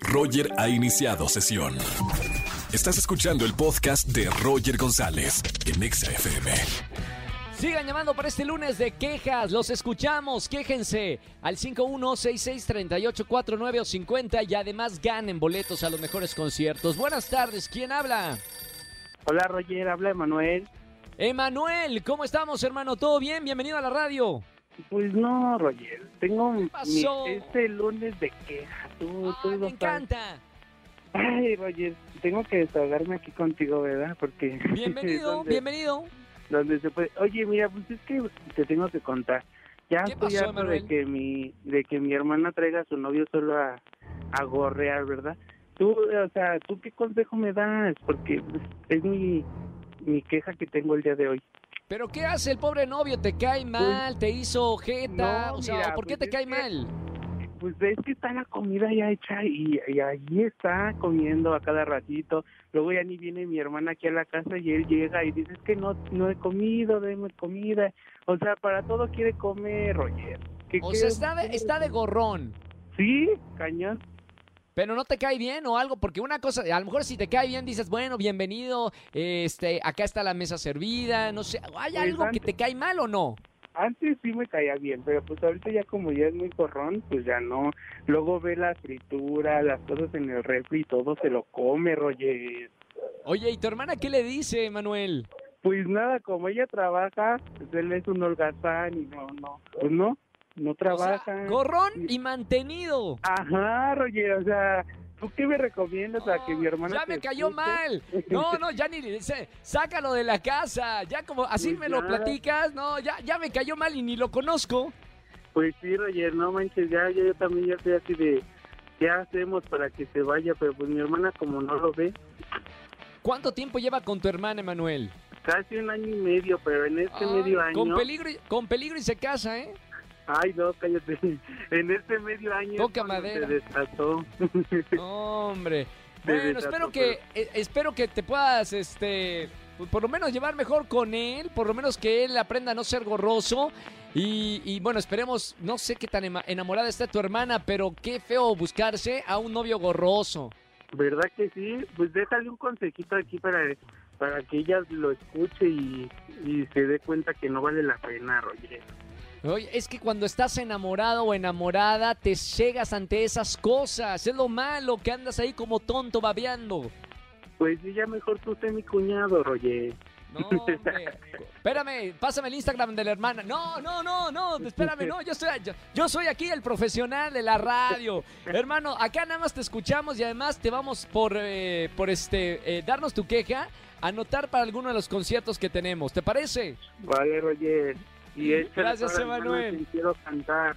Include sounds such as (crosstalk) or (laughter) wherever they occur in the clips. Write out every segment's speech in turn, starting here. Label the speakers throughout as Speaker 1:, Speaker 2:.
Speaker 1: Roger ha iniciado sesión. Estás escuchando el podcast de Roger González en Exa FM.
Speaker 2: Sigan llamando para este lunes de quejas. Los escuchamos. Quéjense al 51663849 o 50 y además ganen boletos a los mejores conciertos. Buenas tardes. ¿Quién habla?
Speaker 3: Hola Roger, habla Emanuel.
Speaker 2: Emanuel, ¿cómo estamos, hermano? ¿Todo bien? Bienvenido a la radio.
Speaker 3: Pues no, Roger, tengo un-
Speaker 2: pasó?
Speaker 3: mi- este lunes de queja. Tú, tú
Speaker 2: Ay,
Speaker 3: lo
Speaker 2: me encanta.
Speaker 3: sabes. Ay, Roger, tengo que desahogarme aquí contigo, ¿verdad? Porque (laughs)
Speaker 2: Bienvenido,
Speaker 3: donde-
Speaker 2: bienvenido.
Speaker 3: donde se puede. Oye, mira, pues es que te tengo que contar. Ya
Speaker 2: ¿Qué
Speaker 3: estoy
Speaker 2: pasó,
Speaker 3: harto
Speaker 2: Emanuel?
Speaker 3: de que mi de que mi hermana traiga a su novio solo a, a gorrear, ¿verdad? Tú, o sea, ¿tú qué consejo me das? Porque pues, es mi mi queja que tengo el día de hoy.
Speaker 2: ¿Pero qué hace el pobre novio? ¿Te cae mal? ¿Te hizo jeta?
Speaker 3: Pues No,
Speaker 2: o sea,
Speaker 3: mira,
Speaker 2: ¿por qué te
Speaker 3: pues es
Speaker 2: cae
Speaker 3: que-
Speaker 2: mal?
Speaker 3: Pues es que está la comida ya hecha y, y ahí está comiendo a cada ratito. Luego ya ni viene mi hermana aquí a la casa y él llega y dice, es que no, no he comido, deme comida. O sea, para todo quiere comer, Roger. ¿Qué-
Speaker 2: O
Speaker 3: qué-
Speaker 2: sea, está de, está de gorrón.
Speaker 3: Sí, cañón.
Speaker 2: Pero no te cae bien o algo, porque una cosa, a lo mejor si te cae bien dices, bueno, bienvenido, este, acá está la mesa servida, no sé, ¿hay
Speaker 3: Pues
Speaker 2: algo que
Speaker 3: antes-
Speaker 2: te cae mal o no?
Speaker 3: Antes sí me caía bien, pero pues ahorita ya como ya es muy corrón, pues ya no. Luego ve la fritura, las cosas en el refri y todo se lo come, Roger.
Speaker 2: Oye, ¿y tu hermana qué le dice, Manuel?
Speaker 3: Pues nada, como ella trabaja, pues él es un holgazán y no, no, pues no, no
Speaker 2: O sea,
Speaker 3: trabaja.
Speaker 2: gorrón y mantenido.
Speaker 3: Ajá, Roger, o sea, ¿tú qué me recomiendas a que mi hermana...
Speaker 2: Oh, ya
Speaker 3: te
Speaker 2: me cayó
Speaker 3: escuche?
Speaker 2: mal. No, no, ya ni le dice, sácalo de la casa. Ya como así
Speaker 3: Pues
Speaker 2: me lo
Speaker 3: nada.
Speaker 2: platicas, no, ya, ya me cayó mal y ni lo conozco.
Speaker 3: Pues sí, Roger, no manches, ya, ya yo también ya estoy así de... ¿Qué hacemos para que se vaya? Pero pues mi hermana como no lo ve,
Speaker 2: ¿Cuánto tiempo lleva con tu hermana, Manuel?
Speaker 3: casi un año y medio, pero en este
Speaker 2: Ay,
Speaker 3: medio año...
Speaker 2: Con peligro, y- con peligro y se casa, ¿eh?
Speaker 3: Ay, no, cállate. (laughs) En este medio año...
Speaker 2: Toca
Speaker 3: es cuando
Speaker 2: madera.
Speaker 3: Se desató.
Speaker 2: No, hombre.
Speaker 3: Te
Speaker 2: Bueno,
Speaker 3: desató,
Speaker 2: espero que, eh, espero que te puedas, este, pues, por lo menos llevar mejor con él, por lo menos que él aprenda a no ser gorroso. Y, y, bueno, esperemos, no sé qué tan ema- enamorada está tu hermana, pero qué feo buscarse a un novio gorroso.
Speaker 3: ¿Verdad que sí? Pues déjale un consejito aquí para, para que ella lo escuche y, y se dé cuenta que no vale la pena, Roger.
Speaker 2: Oye, es que cuando estás enamorado o enamorada, te cegas ante esas cosas. Es lo malo que andas ahí como tonto babeando.
Speaker 3: Pues sí, ya mejor tú sé mi cuñado, Roger.
Speaker 2: No, hombre. Espérame, pásame el Instagram de la hermana. No, no, no, no, espérame, no, yo soy, yo, yo soy aquí el profesional de la radio. Hermano, acá nada más te escuchamos y además te vamos por, eh, por este, eh, darnos tu queja, anotar para alguno de los conciertos que tenemos. ¿Te parece?
Speaker 3: Vale, Roger. Y échale
Speaker 2: Gracias,
Speaker 3: todas las ganas
Speaker 2: Emanuel.
Speaker 3: y Quiero cantar.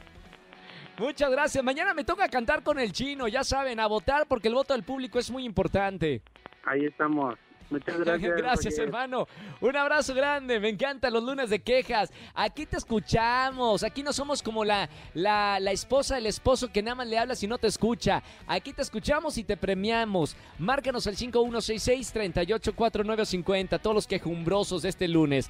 Speaker 2: Muchas gracias. Mañana me toca cantar con el chino, ya saben, a votar porque el voto del público es muy importante.
Speaker 3: Ahí estamos. Muchas
Speaker 2: (laughs)
Speaker 3: gracias. Roger.
Speaker 2: hermano. Un abrazo grande. Me encantan los lunes de quejas. Aquí te escuchamos. Aquí no somos como la, la, la esposa del esposo que nada más le habla si no te escucha. Aquí te escuchamos y te premiamos. Márcanos al 5166-384950. Todos los quejumbrosos de este lunes.